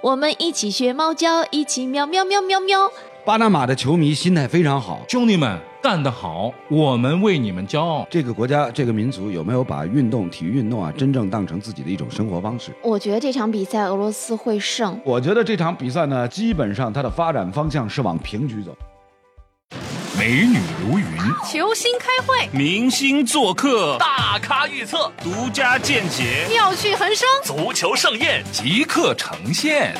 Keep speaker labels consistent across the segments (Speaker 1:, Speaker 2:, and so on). Speaker 1: 我们一起学猫叫，一起喵喵喵喵喵。
Speaker 2: 巴拿马的球迷心态非常好。
Speaker 3: 兄弟们干得好，我们为你们骄傲。
Speaker 2: 这个国家、这个民族有没有把运动、体育运动啊，真正当成自己的一种生活方式？
Speaker 1: 我觉得这场比赛俄罗斯会胜。
Speaker 2: 我觉得这场比赛呢，基本上它的发展方向是往平局走。
Speaker 4: 美女如云，
Speaker 5: 球星开会，
Speaker 4: 明星做客，
Speaker 6: 大咖预测，
Speaker 4: 独家见解，
Speaker 5: 妙趣横生，
Speaker 6: 足球盛宴，
Speaker 4: 即刻呈现。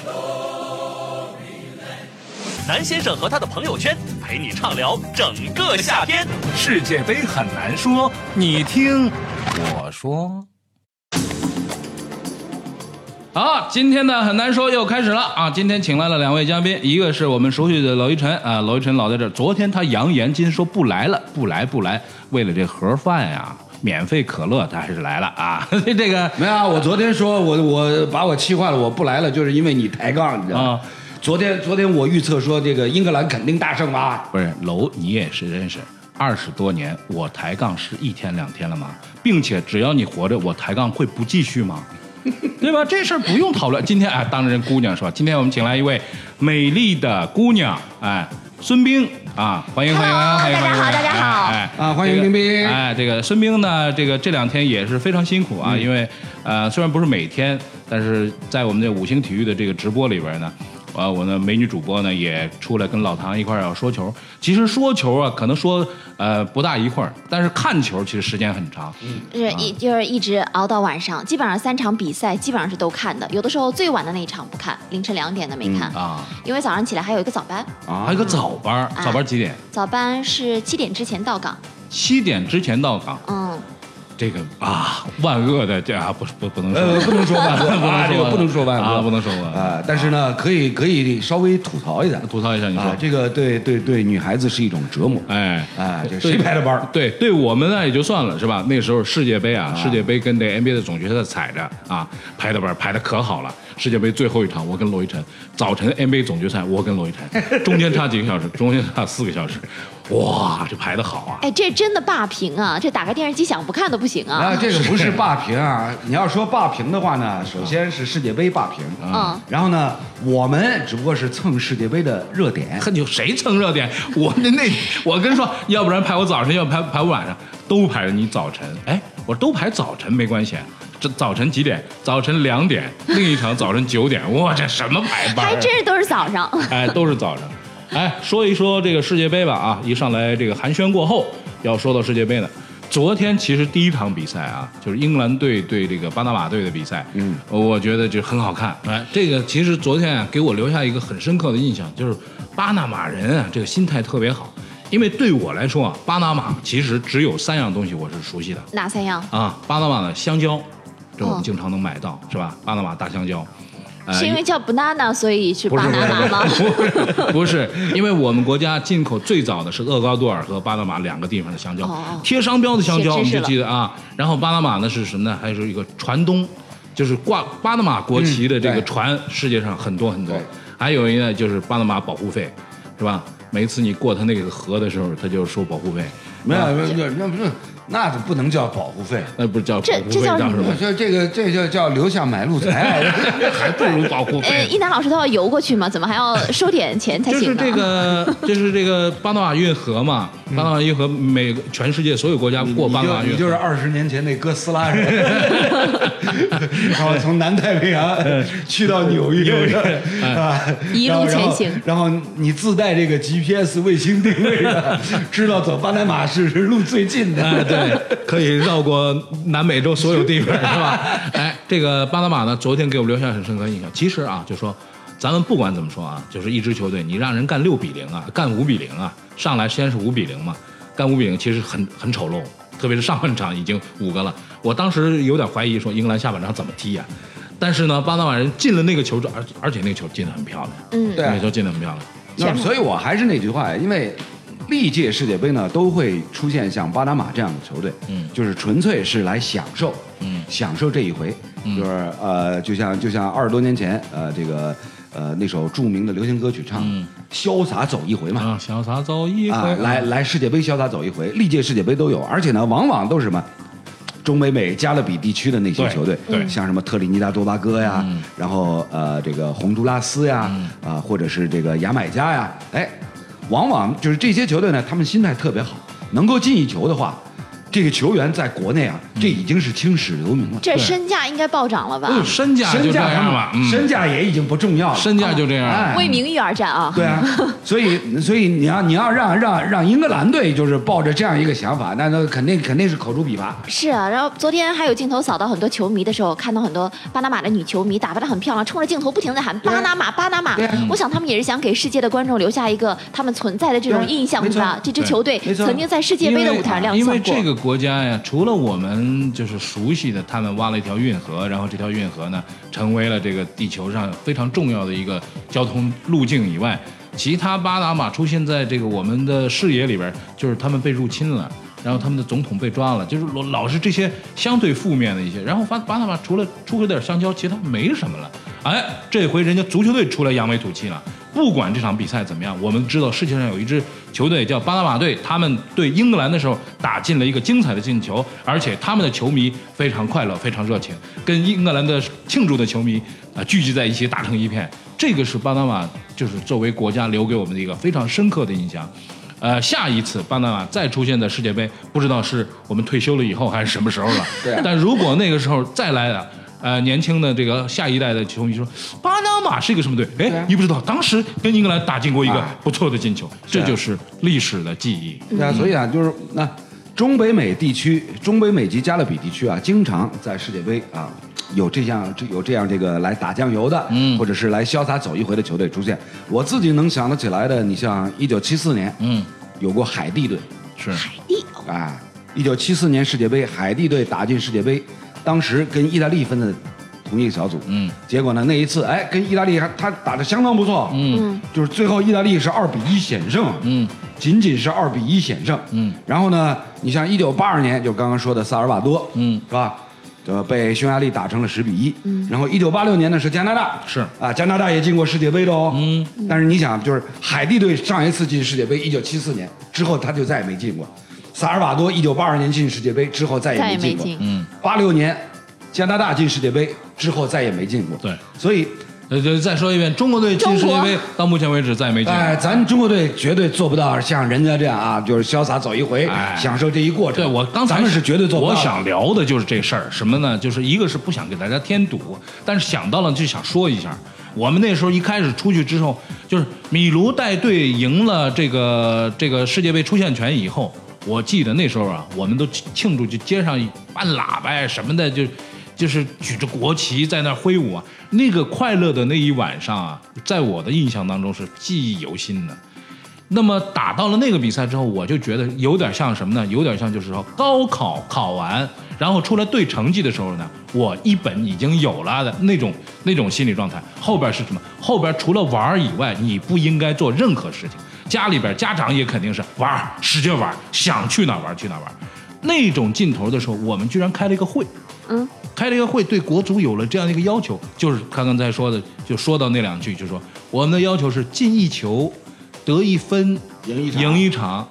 Speaker 6: 南先生和他的朋友圈陪你畅聊整个夏天。
Speaker 4: 世界杯很难说，你听我说。
Speaker 3: 好，今天的很难说又开始了啊！今天请来了两位嘉宾，一个是我们熟悉的娄一晨啊，娄一晨老在这儿。昨天他扬言，今天说不来了，不来不来，为了这盒饭呀、免费可乐，他还是来了啊！ 这个
Speaker 2: 没有啊，我昨天说我我把我气坏了，我不来了，就是因为你抬杠，你知道吗？
Speaker 3: 啊
Speaker 2: 昨天昨天我预测说这个英格兰肯定大胜啊吧，
Speaker 3: 不是楼，你也是真是二十多年，我抬杠是一天两天了吗？并且只要你活着，我抬杠会不继续吗？对吧？这事儿不用讨论。今天啊，当着人姑娘说，今天我们请来一位美丽的姑娘，哎，孙冰啊，欢迎欢迎
Speaker 7: Hello，
Speaker 3: 欢迎欢迎，
Speaker 7: 大家好
Speaker 3: 欢迎
Speaker 7: 大家好
Speaker 3: 哎哎
Speaker 2: 啊欢迎
Speaker 3: 这个
Speaker 2: 冰冰
Speaker 3: 哎，这个孙冰呢，这个这两天也是非常辛苦啊，
Speaker 2: 嗯
Speaker 3: 因为呃，虽然不是每天，但是在我们这五星体育的这个直播里边呢。啊，我的美女主播呢也出来跟老唐一块儿要说球。其实说球啊，可能说呃不大一块儿，但是看球其实时间很长。
Speaker 2: 嗯
Speaker 1: 就是一就是一直熬到晚上，基本上三场比赛基本上是都看的，有的时候最晚的那一场不看，凌晨两点的没
Speaker 5: 嗯
Speaker 1: 看，
Speaker 3: 啊
Speaker 1: 因为早上起来还有一个早班，
Speaker 3: 啊，还有个早班儿，早班儿几点？
Speaker 1: 早班是七点之前到岗。
Speaker 3: 七点之前到岗。
Speaker 1: 嗯，
Speaker 3: 这个啊，万恶的这啊，不是不不能说，
Speaker 2: 呃，不能说 万
Speaker 3: 不
Speaker 2: 恶
Speaker 3: 能
Speaker 2: 啊，这
Speaker 3: 说
Speaker 2: 个不能说万
Speaker 3: 啊，
Speaker 2: 恶
Speaker 3: 不能说万恶。
Speaker 2: 啊，但是呢，可以可以稍微吐槽一下
Speaker 3: 吐槽一下，你说
Speaker 2: 啊，这个对对对，女孩子是一种折磨
Speaker 3: 哎。
Speaker 2: 啊，这
Speaker 3: 对
Speaker 2: 谁排的班儿？
Speaker 3: 对，对我们呢也就算了，是吧？那时候世界杯啊，世界杯跟这 NBA 的总决赛踩着啊，排的班儿排的可好了。世界杯最后一场，我跟罗一晨，早晨 NBA 总决赛，我跟罗一晨，中间差几个小时，中间差四个小时，哇，这排的好啊！
Speaker 1: 哎，这真的霸屏啊！这打开电视机想不看都不行啊。
Speaker 2: 啊，这个不是霸屏啊！你要说霸屏的话呢，首先是世界杯霸屏，啊
Speaker 1: 嗯，
Speaker 2: 然后呢，我们只不过是蹭世界杯的热点。
Speaker 3: 看有谁蹭热点？我那那，我跟你说，要不然排我早晨，要不排排我晚上，都排你早晨。哎，我说都排早晨没关系，啊这早晨几点？早晨两点，另一场早晨九点。哇，这什么排班、啊？
Speaker 1: 还真是都是早上。
Speaker 3: 哎，都是早上。哎，说一说这个世界杯吧啊，一上来这个寒暄过后，要说到世界杯呢。昨天其实第一场比赛啊，就是英格兰队对这个巴拿马队的比赛，嗯，我觉得就很好看。哎，这个其实昨天啊，给我留下一个很深刻的印象，就是巴拿马人啊，这个心态特别好。因为对我来说啊，巴拿马其实只有三样东西我是熟悉的，
Speaker 1: 哪三样？
Speaker 3: 啊，巴拿马的香蕉，这我
Speaker 1: 哦
Speaker 3: 们经常能买到，是吧？巴拿马大香蕉，呃
Speaker 1: 是因为叫 banana 所以是
Speaker 3: 不
Speaker 1: 巴
Speaker 3: 是
Speaker 1: 拿马 吗？
Speaker 3: 不是 不是，因为我们国家进口最早的是厄瓜多尔和巴拿马两个地方的香蕉，
Speaker 1: 哦哦
Speaker 3: 贴商标的香
Speaker 1: 写
Speaker 3: 蕉，我
Speaker 1: 知
Speaker 3: 们
Speaker 1: 识
Speaker 3: 就
Speaker 1: 了
Speaker 3: 记得啊。然后巴拿马呢是什么呢？还是一个船东，就是挂巴拿马国旗的这
Speaker 2: 嗯
Speaker 3: 个
Speaker 2: 对
Speaker 3: 船，世界上很多很多
Speaker 2: 对。
Speaker 3: 还有一个就是巴拿马保护费，是吧？每一次你过他那个河的时候，他就收保护费，
Speaker 2: 没有，
Speaker 1: 嗯
Speaker 2: 没有，那不是，那不能叫保护费，
Speaker 3: 那不是叫保
Speaker 1: 这
Speaker 3: 护
Speaker 1: 这
Speaker 3: 费，
Speaker 1: 叫
Speaker 3: 叫什
Speaker 1: 什
Speaker 3: 么？
Speaker 2: 这这个这就叫留下买 路财。啊
Speaker 3: 还不如保护
Speaker 1: 呃，
Speaker 3: 费。
Speaker 1: 一楠老师都要游过去吗？怎么还要收点钱才
Speaker 3: 就
Speaker 1: 行啊
Speaker 3: 是
Speaker 1: 呢？
Speaker 3: 这个，就是这个巴拿马运河嘛，巴拿马运河，每个全世界所有国家过巴拿马
Speaker 2: 你就你
Speaker 3: 运河，
Speaker 2: 就是二十年前那哥斯拉人， 然后从南太平洋
Speaker 1: 嗯
Speaker 2: 去到纽约， 啊，
Speaker 1: 一路前行
Speaker 2: 然后。然后你自带这个 GPS 卫星定位的，知道走巴拿马是是路最近的。
Speaker 1: 嗯
Speaker 3: 哎，对，可以绕过南美洲所有地方，是 吧？哎，这个巴拿马呢，昨天给我留下很深刻印象。其实啊，就说咱们不管怎么说啊，就是一支球队，你让人干六比零啊，干五比零啊，上来先是五比零嘛，干五比零其实很很丑陋，特别是上半场已经五个了，我当时有点怀疑说英格兰下半场怎么踢呀、但是呢，巴拿马人进了那个球之后，而而且那个球进得很漂亮，
Speaker 1: 嗯，
Speaker 2: 对啊
Speaker 3: 那个球进得很漂亮。
Speaker 2: 那所以，我还是那句话，因为历届世界杯呢，都会出现像巴拿马这样的球队，
Speaker 3: 嗯
Speaker 2: 就是纯粹是来享受，
Speaker 3: 嗯
Speaker 2: 享受这一回，就是呃，就像就像二十多年前，呃，这个呃那首著名的流行歌曲唱《
Speaker 3: 嗯
Speaker 2: 潇洒走一回》嘛，
Speaker 3: 啊，潇洒走一回，啊
Speaker 2: 啊，来来世界杯潇洒走一回，历届世界杯都有，而且呢，往往都是什么，中北美加勒比地区的那些
Speaker 4: 对
Speaker 2: 球队，嗯
Speaker 4: 对
Speaker 2: 像什么特立尼达多巴哥呀，
Speaker 3: 嗯
Speaker 2: 然后呃这个洪都拉斯呀，啊、或者是这个牙买加呀，哎，往往就是这些球队呢，他们心态特别好，能够进一球的话，这个球员在国内啊，
Speaker 3: 嗯
Speaker 2: 这已经是青史留名了。
Speaker 1: 这身价应该暴涨了吧？
Speaker 2: 嗯
Speaker 3: 身价就
Speaker 2: 身
Speaker 3: 这
Speaker 2: 价
Speaker 3: 样了，嗯
Speaker 2: 身价也已经不重要了。
Speaker 3: 身价就这样了。
Speaker 2: 哎
Speaker 1: 为名誉而战啊！
Speaker 2: 对啊，所以所以你要你要让让让英格兰队就是抱着这样一个想法，那那肯定肯定是口诛笔伐。
Speaker 1: 是啊，然后昨天还有镜头扫到很多球迷的时候，看到很多巴拿马的女球迷打扮得很漂亮，冲着镜头不停地喊“巴拿马，巴拿马
Speaker 2: 对啊”。
Speaker 1: 我想他们也是想给世界的观众留下一个他们存在的这种
Speaker 2: 对
Speaker 1: 印象
Speaker 2: 没
Speaker 1: 是
Speaker 2: 错
Speaker 1: 吧？这支球队
Speaker 2: 没错
Speaker 1: 曾经在世界
Speaker 3: 因
Speaker 1: 杯
Speaker 3: 为
Speaker 1: 的舞台上亮
Speaker 3: 因
Speaker 1: 相过。
Speaker 3: 为这个国家呀，除了我们就是熟悉的，他们挖了一条运河，然后这条运河呢，成为了这个地球上非常重要的一个交通路径以外，其他巴拿马出现在这个我们的视野里边，就是他们被入侵了。然后他们的总统被抓了，就是老老是这些相对负面的一些。然后巴巴拿马除了出了点香蕉，其他没什么了。哎，这回人家足球队出来扬眉吐气了。不管这场比赛怎么样，我们知道世界上有一支球队叫巴拿马队，他们对英格兰的时候打进了一个精彩的进球，而且他们的球迷非常快乐，非常热情，跟英格兰的庆祝的球迷啊、聚集在一起，打成一片。这个是巴拿马就是作为国家留给我们的一个非常深刻的印象。呃，下一次巴拿马再出现在世界杯，不知道是我们退休了以后还是什么时候了。
Speaker 2: 对啊
Speaker 3: 但如果那个时候再来了。呃，年轻的这个下一代的球迷说，巴拿马是一个什么队？哎，你不知道，当时跟英格兰打进过一个
Speaker 2: 啊
Speaker 3: 不错的进球，这就是历史的记忆。
Speaker 2: 对啊，所以啊，就是那中北美地区、中北美及加勒比地区啊，经常在世界杯啊有这样这有这样这个来打酱油的，嗯，或者是来潇洒走一回的球队出现。我自己能想得起来的，你像一九七四年，
Speaker 3: 嗯，
Speaker 2: 有过海地队，
Speaker 3: 是
Speaker 2: 啊，一九七四年世界杯，海地队打进世界杯，当时跟意大利分的同一个小组，
Speaker 3: 嗯，
Speaker 2: 结果呢那一次，哎，跟意大利还他打得相当不错，
Speaker 3: 嗯，
Speaker 2: 就是最后意大利是二比一险胜，
Speaker 3: 嗯，
Speaker 2: 仅仅是二比一险胜，
Speaker 3: 嗯，
Speaker 2: 然后呢，你像一九八二年就刚刚说的萨尔瓦多，
Speaker 3: 嗯，
Speaker 2: 是吧？呃，被匈牙利打成了十比一，嗯，然后一九八六年呢是加拿大，
Speaker 3: 是
Speaker 2: 啊，加拿大也进过世界杯的哦，嗯，但是你想，就是海地队上一次进世界杯一九七四年之后，他就再也没进过。萨尔瓦多一九八二年进世界杯之后再也
Speaker 1: 再也
Speaker 2: 没
Speaker 1: 没
Speaker 2: 进过
Speaker 1: 进，
Speaker 3: 嗯，
Speaker 2: 八六年加拿大进世界杯之后再也没进过，
Speaker 3: 对，
Speaker 2: 所以
Speaker 3: 呃，就再说一遍，中国队进世界杯到目前为止再也没进过。
Speaker 2: 哎，咱中国队绝对做不到像人家这样啊，就是潇洒走一回，
Speaker 3: 哎
Speaker 2: 享受这一过程。
Speaker 3: 对我刚才
Speaker 2: 咱们是绝对做不到
Speaker 3: 我
Speaker 2: 的。
Speaker 3: 想聊的就是这事儿，什么呢？就是一个是不想给大家添堵，但是想到了就想说一下。我们那时候一开始出去之后，就是米卢带队赢了这个这个世界杯出线权以后，我记得那时候啊，我们都庆祝，就街上按喇叭呀什么的，就就是举着国旗在那儿挥舞啊。那个快乐的那一晚上啊，在我的印象当中是记忆犹新的。那么打到了那个比赛之后，我就觉得有点像什么呢？有点像就是说高考考完，然后出来对成绩的时候呢，我一本已经有了的那种那种心理状态。后边是什么？后边除了玩儿以外，你不应该做任何事情。家里边家长也肯定是玩儿，使劲玩儿，想去哪儿玩儿去哪儿玩儿。那种劲头的时候，我们居然开了一个会，
Speaker 1: 嗯，
Speaker 3: 开了一个会，对国足有了这样的一个要求，就是刚刚才说的，就说到那两句，就说我们的要求是进一球，得一分，
Speaker 2: 赢一场
Speaker 3: 赢一场。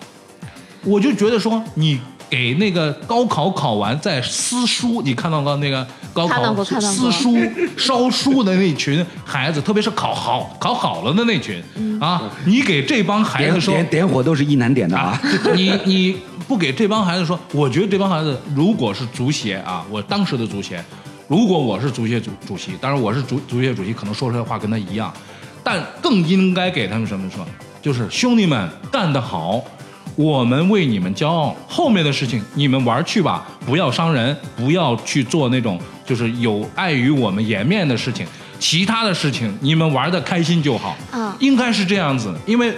Speaker 3: 我就觉得说，你给那个高考考完在撕书，你看到了那个高
Speaker 1: 看到
Speaker 3: 考
Speaker 1: 过看到过
Speaker 3: 撕书、烧书的那群孩子，特别是考好考好了的那群、啊，
Speaker 2: 嗯
Speaker 3: 你给这帮孩
Speaker 2: 点
Speaker 3: 子说，
Speaker 2: 点点火都是一难点的啊
Speaker 3: 啊。，你你不给这帮孩子说，我觉得这帮孩子如果是足协啊，我当时的足协，如果我是足协主主席，当然我是足足协主席，可能说出来的话跟他一样，但更应该给他们什么说，就是兄弟们干得好。我们为你们骄傲，后面的事情你们玩去吧，不要伤人，不要去做那种就是有碍于我们颜面的事情。其他的事情你们玩的开心就好，
Speaker 1: 嗯
Speaker 3: 应该是这样子，因为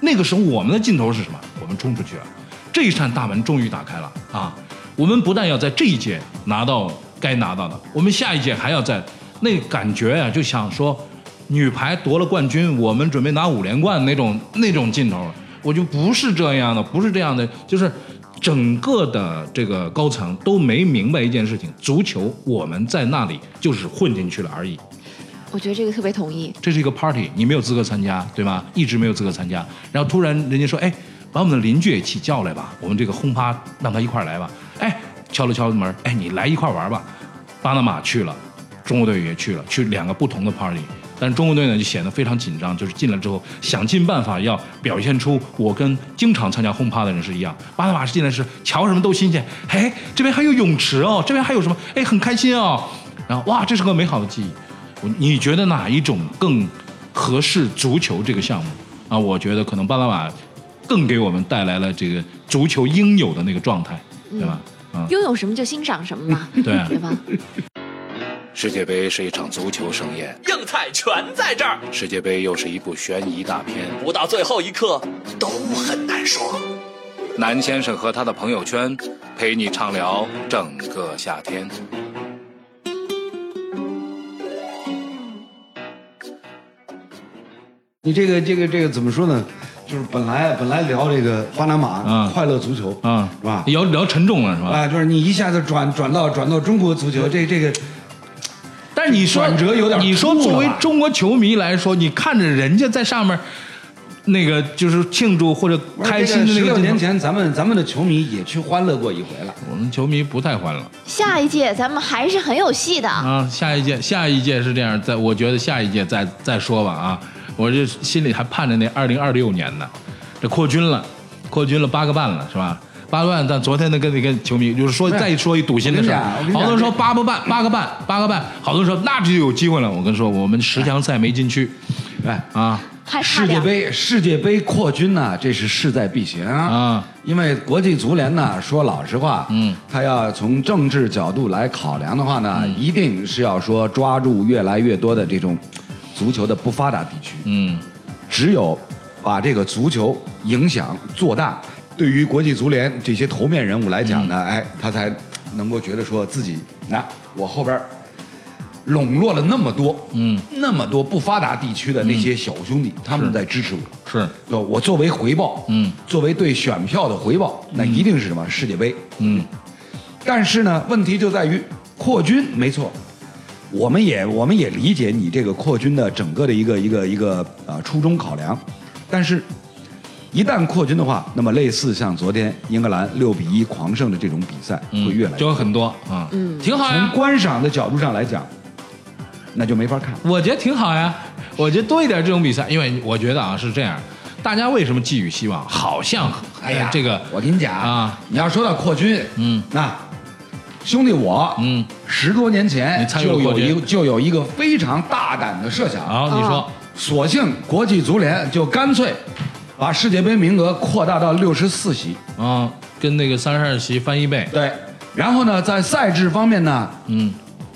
Speaker 3: 那个时候我们的劲头是什么？我们冲出去了，啊这一扇大门终于打开了啊！我们不但要在这一届拿到该拿到的，我们下一届还要在，那感觉啊呀、就想说，女排夺了冠军，我们准备拿五连冠那种那种劲头，我就不是这样的，不是这样的，就是。整个的这个高层都没明白一件事情：足球我们在那里就是混进去了而已，
Speaker 1: 我觉得这个特别同意。
Speaker 3: 这是一个 party，你没有资格参加，对吧？一直没有资格参加，然后突然人家说，哎，把我们的邻居也一起叫来吧，我们这个轰趴让他一块儿来吧，哎，敲了敲门，哎，你来一块玩吧。巴拿马去了，中国队也去了，去两个不同的 party。但是中国队呢就显得非常紧张，就是进来之后想尽办法要表现出我跟经常参加轰趴的人是一样。巴拿马是进来是瞧什么都新鲜，哎，这边还有泳池哦，这边还有什么，哎，很开心哦。然后哇，这是个美好的记忆。我你觉得哪一种更合适足球这个项目啊？我觉得可能巴拿马更给我们带来了这个足球应有的那个状态，
Speaker 2: 嗯
Speaker 3: 对吧？啊、
Speaker 1: 拥有什么就欣赏什么嘛，
Speaker 3: 对啊
Speaker 1: 对吧？
Speaker 7: 世界杯是一场足球盛宴，
Speaker 6: 硬菜全在这儿，
Speaker 7: 世界杯又是一部悬疑大片。
Speaker 6: 不到最后一刻都很难说。
Speaker 7: 南先生和他的朋友圈，陪你畅聊整个夏天。
Speaker 2: 你这个这个这个怎么说呢？就是本来本来聊这个巴拿马
Speaker 3: 嗯
Speaker 2: 快乐足球
Speaker 3: 啊，
Speaker 2: 是吧？
Speaker 3: 聊聊沉重了是吧？
Speaker 2: 啊，就是你一下子转转到转到中国足球，这这个
Speaker 3: 但是你说
Speaker 2: 转折有点
Speaker 3: 你说
Speaker 2: 突兀了
Speaker 3: 作
Speaker 2: 吧
Speaker 3: 为中国球迷来说，你看着人家在上面那个就是庆祝或者开心的那
Speaker 2: 十
Speaker 3: 个
Speaker 2: 六
Speaker 3: 地
Speaker 2: 年
Speaker 3: 方，
Speaker 2: 前，咱们咱们的球迷也去欢乐过一回了。
Speaker 3: 我们球迷不太欢乐
Speaker 1: 下一届咱们还是很有戏的。
Speaker 3: 啊。下一届，下一届是这样，在我觉得下一届再再说吧啊。我这心里还盼着那二零二六年呢，这扩军了，扩军了八个半了是吧？八个半，但昨天那跟那个球迷就是说
Speaker 2: 不是
Speaker 3: 再说一赌心的事儿
Speaker 2: 我跟你，讲
Speaker 3: 好多人说八个半，八个半，八个半，好多人说那就有机会了。我跟你说，我们十强赛没进去
Speaker 2: 哎，
Speaker 3: 啊。
Speaker 1: 还差
Speaker 2: 世界
Speaker 1: 点
Speaker 2: 杯世界杯扩军呢、这是势在必行
Speaker 3: 啊！
Speaker 2: 因为国际足联呢，说老实话，
Speaker 3: 嗯，
Speaker 2: 他要从政治角度来考量的话呢，一定是要说抓住越来越多的这种足球的不发达地区，
Speaker 3: 嗯
Speaker 2: 只有把这个足球影响做大，对于国际足联这些头面人物来讲
Speaker 3: 嗯
Speaker 2: 呢，哎，他才能够觉得说自己，那、我后边儿笼络了那么多，
Speaker 3: 嗯，
Speaker 2: 那么多不发达地区的那些小兄弟，他们在支持我。
Speaker 3: 是，
Speaker 2: 对，我作为回报，
Speaker 3: 嗯，
Speaker 2: 作为对选票的回报，那一定是什么世界杯。
Speaker 3: 嗯
Speaker 2: 但是呢，问题就在于扩军，没错，我们也我们也理解你这个扩军的整个的一个一个一个啊、呃初衷考量，但是，一旦扩军的话，那么类似像昨天英格兰六比一狂胜的这种比赛
Speaker 3: 嗯，
Speaker 2: 会越来越
Speaker 3: 就
Speaker 2: 多、
Speaker 3: 有很多啊，嗯，挺好
Speaker 2: 从
Speaker 3: 呀，
Speaker 2: 观赏的角度上来讲，那就没法看了。
Speaker 3: 我觉得挺好呀，我觉得多一点这种比赛，因为我觉得啊是这样，大家为什么寄予希望？好像呃
Speaker 2: 哎呀，
Speaker 3: 这个
Speaker 2: 我跟你讲
Speaker 3: 啊，
Speaker 2: 你要说到扩军，
Speaker 3: 嗯，
Speaker 2: 那兄弟我，
Speaker 3: 嗯，
Speaker 2: 十多年前
Speaker 3: 你参与了
Speaker 2: 就
Speaker 3: 扩
Speaker 2: 有
Speaker 3: 军啊
Speaker 2: 一个就有一个非常大胆的设想，
Speaker 3: 好，你说
Speaker 2: 索性国际足联就干脆把世界杯名额扩大到六十四席，
Speaker 3: 啊，跟那个三十二席翻一倍，
Speaker 2: 对，然后呢，在赛制方面呢，
Speaker 3: 嗯，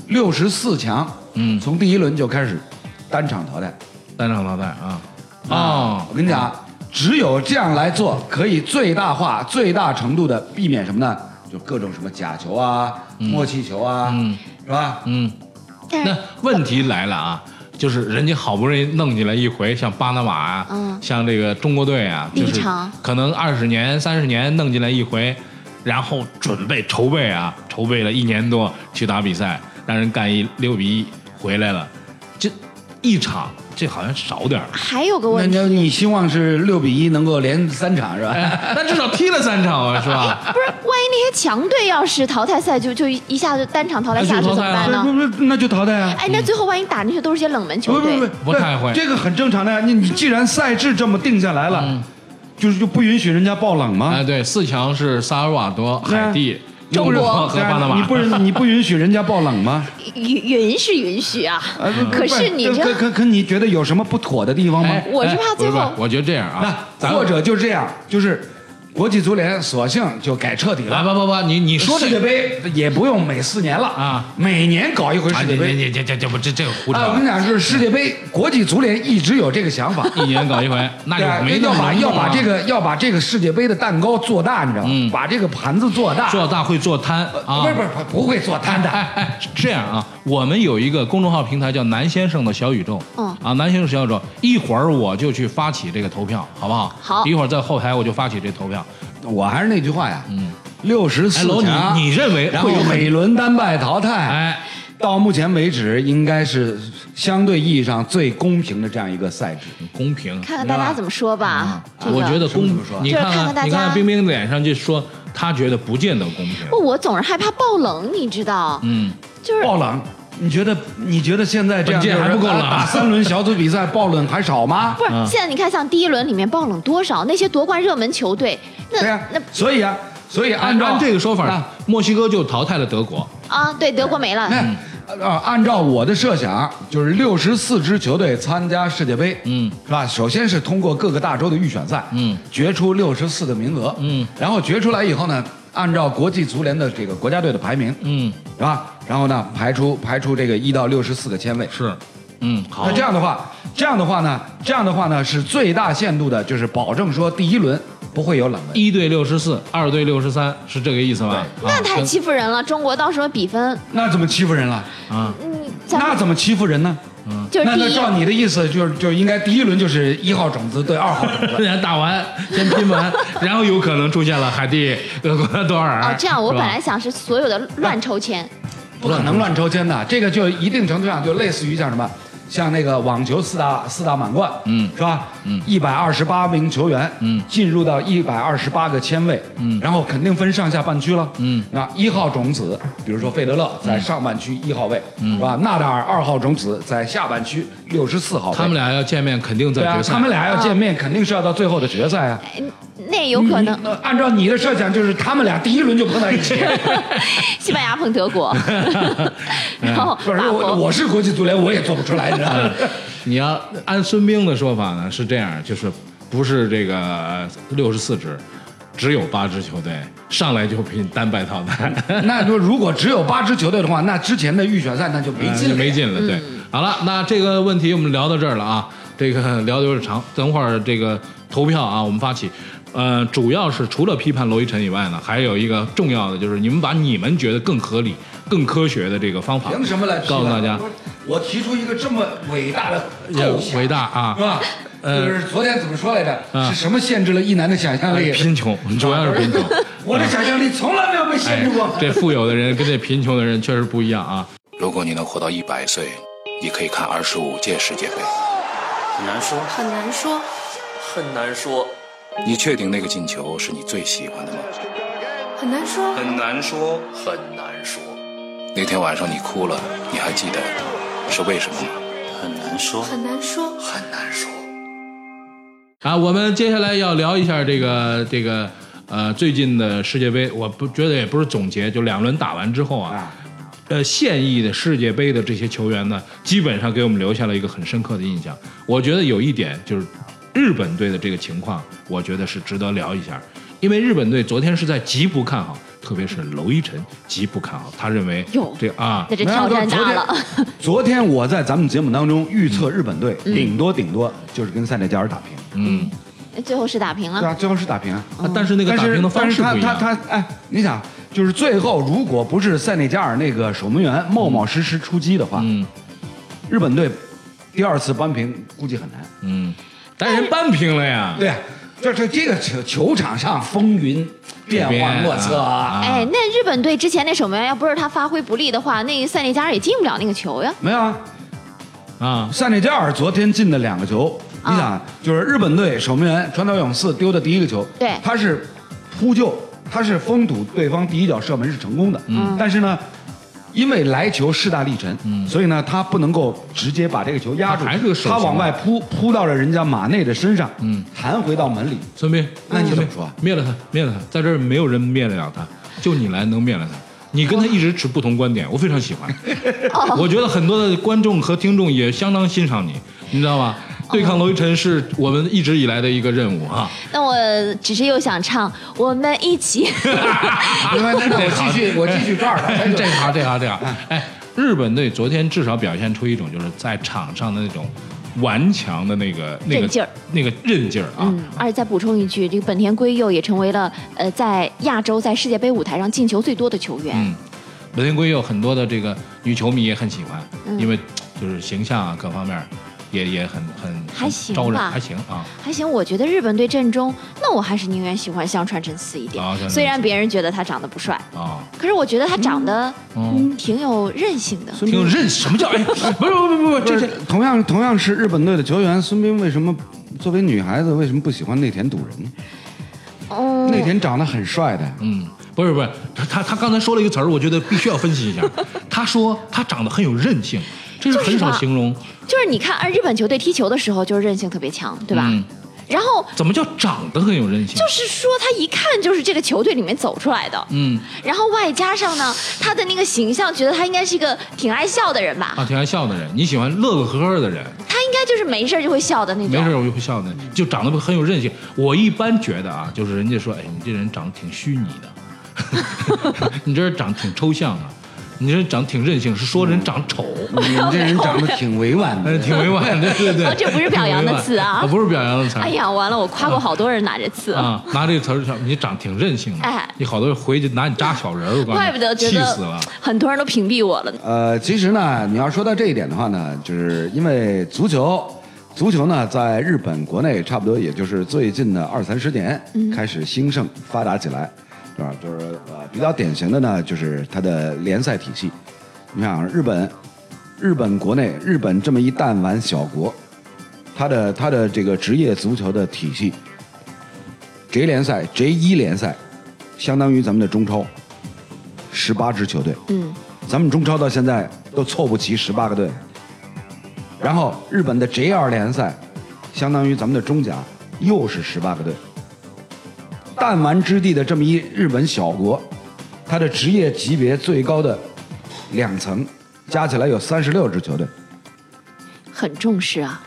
Speaker 2: 六十四强，
Speaker 3: 嗯
Speaker 2: 从第一轮就开始单场淘汰。
Speaker 3: 单场淘汰啊，哦
Speaker 2: 我，跟你讲，只有这样来做，可以最大化、最大程度的避免什么呢？就各种什么假球啊、默契球啊，是吧？
Speaker 3: 嗯，
Speaker 1: 但
Speaker 3: 那
Speaker 1: 是
Speaker 3: 问题来了啊。就是人家好不容易弄起来一回，像巴拿马啊，
Speaker 1: 嗯
Speaker 3: 像这个中国队啊，就
Speaker 1: 立
Speaker 3: 是
Speaker 1: 场
Speaker 3: 可能二十年、三十年弄进来一回，然后准备筹备啊，筹备了一年多去打比赛，让人干一六比一回来了，这一场这好像少点儿，
Speaker 1: 还有个
Speaker 2: 那
Speaker 1: 问
Speaker 2: 你
Speaker 1: 题，
Speaker 2: 你希望是六比一能够连三场是吧？
Speaker 3: 哎，但至少踢了三场啊，是吧？
Speaker 1: 不是，万一那些强队要是淘汰赛就就一下就单场淘汰
Speaker 3: 那就
Speaker 1: 下去
Speaker 3: 淘
Speaker 1: 怎
Speaker 3: 汰
Speaker 1: 么办
Speaker 3: 了
Speaker 1: 呢？
Speaker 2: 不不，那就淘汰啊！
Speaker 1: 哎，那最后万一打进去都是些冷门球
Speaker 2: 不
Speaker 1: 队，
Speaker 2: 不不，哎
Speaker 3: 不太会
Speaker 2: 这个很正常的呀。你你既然赛制这么定下来了，就是就不允许人家爆冷吗
Speaker 3: 哎，？对，四强是萨尔瓦多、海地、
Speaker 2: 中
Speaker 3: 中
Speaker 2: 国
Speaker 3: 和巴拿马，
Speaker 2: 啊你不是你不允许人家爆冷 吗？
Speaker 1: 允允是允许啊，
Speaker 2: 啊不
Speaker 1: 可
Speaker 2: 不
Speaker 1: 是你
Speaker 2: 可
Speaker 1: 这
Speaker 2: 可可你觉得有什么不妥的地方吗
Speaker 3: 哎？
Speaker 1: 我是
Speaker 3: 哎
Speaker 1: 怕
Speaker 3: 不
Speaker 1: 最
Speaker 3: 不
Speaker 1: 后
Speaker 3: 我觉得这样啊，
Speaker 2: 那
Speaker 3: 咱
Speaker 2: 或者就这样，就是国际足联索性就改彻底
Speaker 3: 来
Speaker 2: 了。
Speaker 3: 吧吧吧，你你说
Speaker 2: 世
Speaker 3: 这
Speaker 2: 界
Speaker 3: 个
Speaker 2: 杯也不用每四年了
Speaker 3: 啊，
Speaker 2: 每年搞一回
Speaker 3: 啊，
Speaker 2: 世
Speaker 3: 你
Speaker 2: 界杯。
Speaker 3: 你你这这不这这个胡扯
Speaker 2: 啊，我跟你讲，就是世界杯，国际足联一直有这个想法，
Speaker 3: 一年搞 一回，那
Speaker 2: 对吧
Speaker 3: 就没那
Speaker 2: 要
Speaker 3: 么
Speaker 2: 把
Speaker 3: 隆
Speaker 2: 要
Speaker 3: 重
Speaker 2: 把
Speaker 3: 了
Speaker 2: 这个要把这个世界杯的蛋糕做大，你知道吗
Speaker 3: 啊嗯？
Speaker 2: 把这个盘子做大，
Speaker 3: 做大会做摊啊，
Speaker 2: 呃不是不是不会做摊的，
Speaker 3: 哎哎，是这样啊，我们有一个公众号平台叫“南先生的小宇宙”，
Speaker 1: 嗯
Speaker 3: 啊，南先生小宇宙，一会儿我就去发起这个投票，好不好？
Speaker 1: 好
Speaker 3: 一会儿在后台我就发起这投票。
Speaker 2: 我还是那句话呀，六十
Speaker 3: 哎，
Speaker 2: 四
Speaker 3: 楼，
Speaker 2: 强，
Speaker 3: 你你认为
Speaker 2: 啊然后
Speaker 3: 会有很
Speaker 2: 每轮单败淘汰，
Speaker 3: 哎，
Speaker 2: 到目前为止应该是相对意义上最公平的这样一个赛制。
Speaker 3: 公平？啊
Speaker 1: 看看大家怎么说吧。这个
Speaker 3: 我觉得公
Speaker 2: 么说，
Speaker 3: 你看
Speaker 1: 就是看看大家
Speaker 3: 看
Speaker 1: 哦
Speaker 3: 你看看冰冰脸上就说，他觉得不见得公平。
Speaker 1: 不，我总是害怕爆冷，你知道，
Speaker 3: 嗯，
Speaker 1: 就是
Speaker 2: 爆冷，你觉得你觉得现在这样
Speaker 3: 本届
Speaker 2: 就是啊
Speaker 3: 还不够冷
Speaker 2: 打三轮小组比赛爆冷还少 吗？
Speaker 1: 不是、
Speaker 3: 嗯
Speaker 1: 现在你看，像第一轮里面爆冷多少那些夺冠热门球队，那、
Speaker 2: 对呀
Speaker 1: 那，
Speaker 2: 所以啊，所以
Speaker 3: 按
Speaker 2: 按照
Speaker 3: 这个说法
Speaker 2: 那，
Speaker 3: 墨西哥就淘汰了德国。
Speaker 1: 啊，对，德国没了，
Speaker 3: 嗯
Speaker 2: 那呃，按照我的设想，就是六十四支球队参加世界杯，
Speaker 3: 嗯，
Speaker 2: 是吧？首先是通过各个大洲的预选赛，
Speaker 3: 嗯，
Speaker 2: 决出六十四个名额，
Speaker 3: 嗯，
Speaker 2: 然后决出来以后呢，按照国际足联的这个国家队的排名，
Speaker 3: 嗯，
Speaker 2: 是吧？然后呢，排出排出这个一到六十四个签位。
Speaker 3: 是，嗯，好
Speaker 2: 那这，样的话，这样的话呢，这样的话呢，是最大限度的，就是保证说第一轮不会有冷门。
Speaker 3: 一对六十四，二对六十三，是这个意思吧？啊
Speaker 1: 那太
Speaker 3: 奇
Speaker 1: 欺负人了。中国到时候比分，
Speaker 2: 那怎么欺负人了？
Speaker 3: 啊，
Speaker 1: 嗯，咱
Speaker 2: 那
Speaker 1: 们
Speaker 2: 怎么欺负人呢？
Speaker 1: 就是
Speaker 2: 那
Speaker 1: 第
Speaker 2: 那
Speaker 1: 一哦
Speaker 2: 照你的意思，就是就应该第一轮就是一号种子对二号种子。
Speaker 3: 人家打完先 拼完，然后有可能出现了海地、俄国、多尔。
Speaker 1: 哦，这样我
Speaker 3: 是
Speaker 1: 本
Speaker 3: 吧
Speaker 1: 来想是所有的乱抽签，
Speaker 2: 不可能乱抽签的，这个就一定程度上就类似于像什么，像那个网球四大四大满贯，
Speaker 3: 嗯
Speaker 2: 是吧？
Speaker 3: 嗯
Speaker 2: 一百二十八名球员，
Speaker 3: 嗯
Speaker 2: 进入到一百二十八个签位，
Speaker 3: 嗯
Speaker 2: 然后肯定分上下半区了，
Speaker 3: 嗯
Speaker 2: 啊，一号种子，比如说费德勒在上半区一号位，嗯，是吧？纳达尔二号种子在下半区六十四号位，
Speaker 3: 他们俩要见面，肯定在
Speaker 2: 对啊
Speaker 3: 决，赛。
Speaker 2: 他们俩要见面，肯定是要到最后的决赛啊。
Speaker 1: 哎那有可能
Speaker 2: 你。按照你的设想，就是他们俩第一轮就碰到一起。
Speaker 1: 西班牙碰德 国，然后
Speaker 2: 不是
Speaker 1: 法
Speaker 2: 我，
Speaker 1: 国
Speaker 2: 我是国际足联，我也做不出来，你知道 吗？
Speaker 3: 你要按孙兵的说法呢，是这样，就是不是这个呃六十四支，只有八支球队上来就拼单败淘汰，
Speaker 2: 那就如果只有八支球队的话，那之前的预选赛那就没劲了。
Speaker 3: 呃哎
Speaker 2: 嗯
Speaker 3: 没劲了。对，好了，那这个问题我们聊到这儿了啊，这个 聊的有点长，等会儿这个投票啊，我们发起。呃，主要是除了批判罗一晨以外呢，还有一个重要的就是你们把你们觉得更合理、更科学的这个方法，
Speaker 2: 凭什么来？
Speaker 3: 告诉大家？
Speaker 2: 我提出一个这么伟大的
Speaker 3: 也
Speaker 2: 构想，
Speaker 3: 伟大啊
Speaker 2: 是，吧？
Speaker 3: 呃
Speaker 2: 就是昨天怎么说来着？
Speaker 3: 啊哎
Speaker 2: 是什么限制了一男的想象力？
Speaker 3: 贫穷，主要是贫穷。哎
Speaker 2: 我的
Speaker 3: 啊
Speaker 2: 想象力从来没有被限制过。
Speaker 3: 这富有的人跟这贫穷的人确实不一样啊。
Speaker 7: 如果你能活到一百岁，你可以看二十五届世界杯。
Speaker 6: 很难说，
Speaker 5: 很难说，
Speaker 6: 很难说，
Speaker 7: 你确定那个进球是你最喜欢的吗？
Speaker 5: 很难说，
Speaker 6: 很难说，很难说，
Speaker 7: 那天晚上你哭了，你还记得是为什么吗？
Speaker 6: 很难说，
Speaker 5: 很难说。
Speaker 6: 很难说。
Speaker 3: 啊，我们接下来要聊一下这个这个呃最近的世界杯，我不觉得也不是总结，就两轮打完之后啊，呃现役的世界杯的这些球员呢，基本上给我们留下了一个很深刻的印象。我觉得有一点就是日本队的这个情况，我觉得是值得聊一下，因为日本队昨天是在极不看好。特别是娄一晨极不看好，他认为
Speaker 1: 哟
Speaker 3: 这个啊
Speaker 1: 那，这挑战大了。
Speaker 2: 昨天我在咱们节目当中预测日本队顶多顶多就是跟塞内加尔打平，
Speaker 3: 嗯，
Speaker 1: 最后是打平
Speaker 2: 对
Speaker 1: 了，
Speaker 2: 啊，最后是打平啊。
Speaker 3: 啊但是那个打平的方式
Speaker 2: 但
Speaker 3: 不
Speaker 2: 是
Speaker 3: 一
Speaker 2: 他
Speaker 3: 样。
Speaker 2: 他他，哎，你想，就是最后如果不是塞内加尔那个守门员冒冒失失出击的话，
Speaker 3: 嗯
Speaker 2: 日本队第二次扳平估计很难。
Speaker 3: 嗯，但人扳平了呀。
Speaker 2: 对啊，这这这个球球场上风云变幻莫测啊。
Speaker 1: 哎，那日本队之前那守门员要不是他发挥不利的话，那塞内加尔也进不了那个球呀。
Speaker 2: 没有啊，
Speaker 3: 啊，
Speaker 2: 塞内加尔昨天进的两个球，
Speaker 1: 啊
Speaker 2: 你想，就是日本队守门员川岛永嗣丢的第一个球，
Speaker 1: 对
Speaker 2: 他是扑救，他是封堵对方第一脚射门是成功的，
Speaker 1: 嗯
Speaker 2: 但是呢。因为来球势大力沉，所以呢，他不能够直接把这个球啊压住，
Speaker 3: 他还是个手
Speaker 2: 嗯
Speaker 3: 球
Speaker 2: 他往外扑，扑到了人家马内的身上，
Speaker 3: 嗯
Speaker 2: 弹回到门里。
Speaker 3: 孙膑，
Speaker 2: 那你
Speaker 3: 孙
Speaker 2: 怎
Speaker 3: 膑
Speaker 2: 么说？啊
Speaker 3: 灭了他，灭了他，在这儿没有人灭得了他，就你来能灭了他。你跟他一直持不同观点，我非常喜欢。
Speaker 1: 哦
Speaker 3: 我觉得很多的观众和听众也相当欣赏你，你知道吗？对
Speaker 1: 哦
Speaker 3: 抗娄一晨是我们一直以来的一个任务啊！
Speaker 1: 那我只是又想唱，我们一 起。
Speaker 2: 因为那我继续，我继续抓着他。
Speaker 3: 哎这行这行这
Speaker 2: 嗯
Speaker 3: 行，哎，日本队昨天至少表现出一种就是在场上的那种顽强的那个那个
Speaker 1: 韧劲儿
Speaker 3: 那个韧劲儿啊！
Speaker 1: 嗯，而且再补充一句，这个本田圭佑也成为了呃在亚洲在世界杯舞台上进球最多的球员。
Speaker 3: 嗯，本田圭佑很多的这个女球迷也很喜欢，
Speaker 1: 嗯
Speaker 3: 因为就是形象啊各方面儿也也很很
Speaker 1: 还行
Speaker 3: 招人，
Speaker 1: 吧
Speaker 3: 还行啊。
Speaker 1: 还行，我觉得日本队阵中，那我还是宁愿喜欢香川真司一点
Speaker 3: 啊香川。真司
Speaker 1: 虽然别人觉得他长得不帅，
Speaker 3: 啊，
Speaker 1: 可是我觉得他长得
Speaker 3: 嗯
Speaker 1: 嗯挺有韧性的。
Speaker 3: 挺有韧，什么叫哎？不是不是不是不是，
Speaker 2: 这
Speaker 3: 这
Speaker 2: 这
Speaker 3: 这
Speaker 2: 同样同样是日本队的球员，孙膑为什么作为女孩子为什么不喜欢内田笃人呢？
Speaker 1: 嗯，
Speaker 2: 内田长得很帅的，
Speaker 3: 嗯，不是不是，他他他刚才说了一个词儿，我觉得必须要分析一下。他说他长得很有韧性，这是
Speaker 1: 就是
Speaker 3: 很少
Speaker 1: 吧
Speaker 3: 形容。
Speaker 1: 就是你看，啊而日本球队踢球的时候就是韧性特别强，对吧？
Speaker 3: 嗯
Speaker 1: 然后
Speaker 3: 怎么叫长得很有韧性？
Speaker 1: 就是说他一看就是这个球队里面走出来的，
Speaker 3: 嗯
Speaker 1: 然后外加上呢，他的那个形象，觉得他应该是一个挺爱笑的人吧，
Speaker 3: 啊，挺爱笑的人，你喜欢乐乐呵呵的人，
Speaker 1: 他应该就是没事儿就会笑的那种。
Speaker 3: 没事儿我就会笑的，就长得很有韧性。我一般觉得啊，就是人家说，哎，你这人长得挺虚拟的， 你这人长得挺抽象的，你这人长得挺任性，是说人长丑。
Speaker 2: 你们这人长得挺委婉
Speaker 3: 哎，
Speaker 2: 的，
Speaker 3: 挺委婉的，对对对。
Speaker 1: 哦这不是表扬的词啊
Speaker 3: 挺委婉哦不是表扬的词。
Speaker 1: 哎呀，完了，我夸过好多人拿这次。
Speaker 3: 啊，拿这个词儿上，你长挺任性的。啊
Speaker 1: 哎
Speaker 3: 你好多人回去拿你扎小人儿，我告诉你，
Speaker 1: 怪不得觉
Speaker 3: 气死
Speaker 1: 得
Speaker 3: 了。
Speaker 1: 很多人都屏蔽我了呢。
Speaker 2: 呃，其实呢，你要说到这一点的话呢，就是因为足球，足球呢在日本国内差不多也就是最近的二三十年开始兴盛发达起来，对吧？就是呃比较典型的呢，就是它的联赛体系。你看啊，日本，日本国内，日本这么一弹丸小国，它的它的这个职业足球的体系，J 联赛、J 一联赛，相当于咱们的中超，十八支球队。
Speaker 1: 嗯，
Speaker 2: 咱们中超到现在都凑不齐十八个队，然后日本的 J2 联赛，相当于咱们的中甲，又是十八个队。弹丸之地的这么一日本小国，它的职业级别最高的两层，加起来有三十六支球队，
Speaker 1: 很重视啊，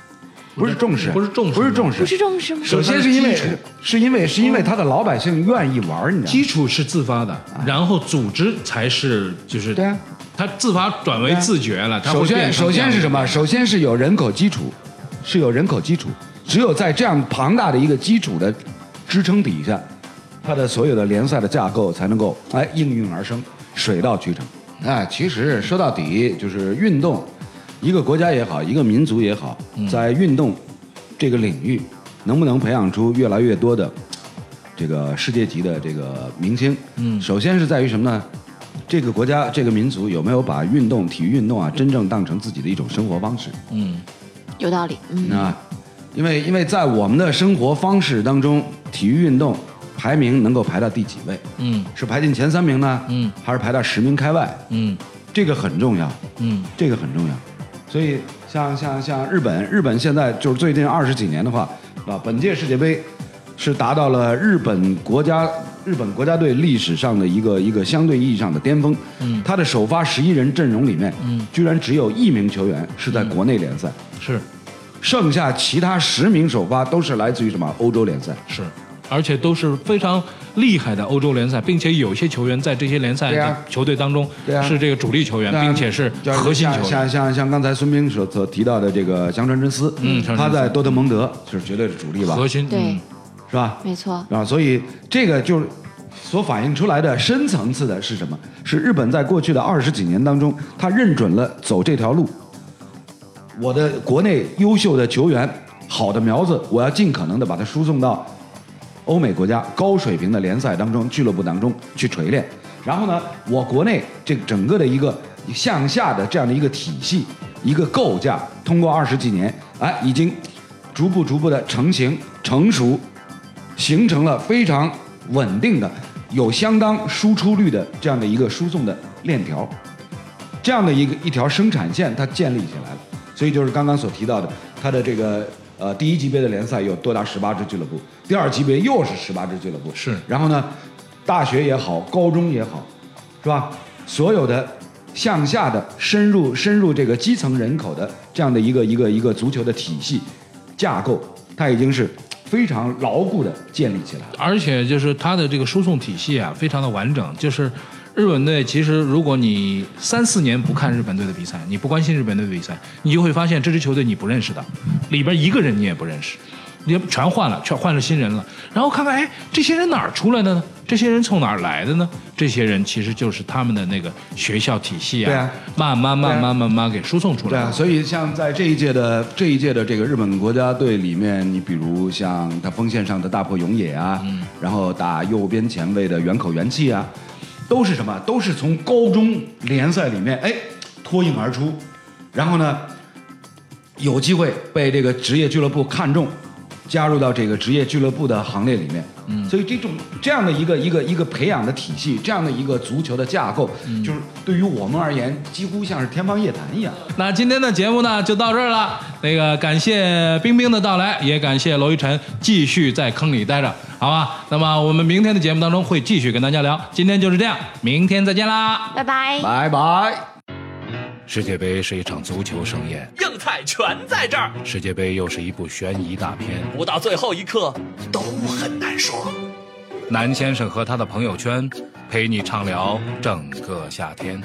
Speaker 2: 不是重视，
Speaker 3: 不是重视
Speaker 2: 不是重视
Speaker 1: 不，是重视吗？
Speaker 2: 首先是因为
Speaker 3: 它的基础
Speaker 2: 是因为是因为他的老百姓愿意玩儿，你知道
Speaker 3: 基
Speaker 2: 吗？
Speaker 3: 础是自发的，然后组织才是就是，
Speaker 2: 哎对啊，啊
Speaker 3: 他自发转为自觉了。它会
Speaker 2: 首
Speaker 3: 变
Speaker 2: 先，
Speaker 3: 成
Speaker 2: 首
Speaker 3: 这样
Speaker 2: 先
Speaker 3: 的
Speaker 2: 是什么？首先是有人口基础，是有人口基础。只有在这样庞大的一个基础的支撑底下，它的所有的联赛的架构才能够哎应运而生，水到渠成。哎，其实说到底就是运动，一个国家也好，一个民族也好，
Speaker 3: 嗯
Speaker 2: 在运动这个领域，能不能培养出越来越多的这个世界级的这个明星，嗯，首先是在于什么呢？这个国家、这个民族有没有把运动、体育运动啊，真正当成自己的一种生活方式？
Speaker 1: 有道理，嗯，
Speaker 2: 啊，因为因为在我们的生活方式当中，体育运动排名能够排到第几位？
Speaker 3: 嗯
Speaker 2: 是排进前三名呢？
Speaker 3: 嗯，
Speaker 2: 还是排到十名开外？
Speaker 3: 嗯
Speaker 2: 这个很重要，
Speaker 3: 嗯
Speaker 2: 这个很重要。所以像像像日本，日本现在就是最近二十几年的话，啊，本届世界杯是达到了日本国家日本国家队历史上的一个一个相对意义上的巅峰。嗯，他的首发十一人阵容里面，嗯，居然只有一名球员是在国内联赛，
Speaker 3: 是
Speaker 2: 剩下其他十名首发都是来自于什么欧洲联赛。
Speaker 3: 是，而且都是非常厉害的欧洲联赛，并且有些球员在这些联赛
Speaker 2: 对
Speaker 3: 的
Speaker 2: 啊
Speaker 3: 球队当中
Speaker 2: 对啊
Speaker 3: 是这个主力球员，
Speaker 2: 那
Speaker 3: 并且是
Speaker 2: 就
Speaker 3: 核心球
Speaker 2: 像
Speaker 3: 员。
Speaker 2: 像像刚才孙兵所所提到的这个香川真司，
Speaker 3: 嗯香川真
Speaker 2: 他
Speaker 3: 司
Speaker 2: 在多特蒙德就是绝对是主力吧，
Speaker 3: 核心
Speaker 1: 对
Speaker 3: 嗯，
Speaker 2: 是吧？
Speaker 1: 没错，
Speaker 2: 啊，所以这个就是所反映出来的深层次的是什么？是日本在过去的二十几年当中，他认准了走这条路。我的国内优秀的球员、好的苗子，我要尽可能的把它输送到欧美国家高水平的联赛当中、俱乐部当中去锤炼。然后呢，我国内这整个的一个向下的这样的一个体系、一个构架，通过二十几年，哎，已经逐步逐步的成型、成熟，形成了非常稳定的、有相当输出率的这样的一个输送的链条，这样的一个一条生产线它建立起来了。所以就是刚刚所提到的，它的这个呃第一级别的联赛有多达十八支俱乐部，第二级别又是十八支俱乐部，
Speaker 3: 是
Speaker 2: 然后呢，大学也好，高中也好，是吧？所有的向下的深入深入这个基层人口的这样的一个一个一个足球的体系架构，它已经是非常牢固的建立起来了。
Speaker 3: 而且就是它的这个输送体系啊，非常的完整。就是日本队，其实如果你三四年不看日本队的比赛，你不关心日本队的比赛，你就会发现这支球队你不认识的，里边一个人你也不认识，你全换了，全换了新人了。然后看看，哎，这些人哪儿出来的呢？这些人从哪儿来的呢？这些人其实就是他们的那个学校体系啊，
Speaker 2: 对啊
Speaker 3: 慢慢慢
Speaker 2: 对啊
Speaker 3: 慢慢慢给输送出
Speaker 2: 对
Speaker 3: 来
Speaker 2: 啊，
Speaker 3: 了。
Speaker 2: 所以像在这一届的这一届的这个日本国家队里面，你比如像他锋线上的大迫勇也啊，
Speaker 3: 嗯
Speaker 2: 然后打右边前卫的远口元气啊，都是什么？都是从高中联赛里面哎脱颖而出，然后呢有机会被这个职业俱乐部看中，加入到这个职业俱乐部的行列里面。嗯，所以这种这样的一个一个一个培养的体系，这样的一个足球的架构，
Speaker 3: 嗯
Speaker 2: 就是对于我们而言，几乎像是天方夜谭一样。
Speaker 3: 那今天的节目呢就到这儿了。那个感谢冰冰的到来，也感谢娄一晨继续在坑里待着，好吧？那么我们明天的节目当中会继续跟大家聊。今天就是这样，明天再见啦！
Speaker 1: 拜拜。
Speaker 2: 拜拜。
Speaker 7: 世界杯是一场足球盛宴，
Speaker 6: 硬菜全在这儿，
Speaker 7: 世界杯又是一部悬疑大片。
Speaker 6: 不到最后一刻都很难说。
Speaker 7: 南先生和他的朋友圈，陪你畅聊整个夏天。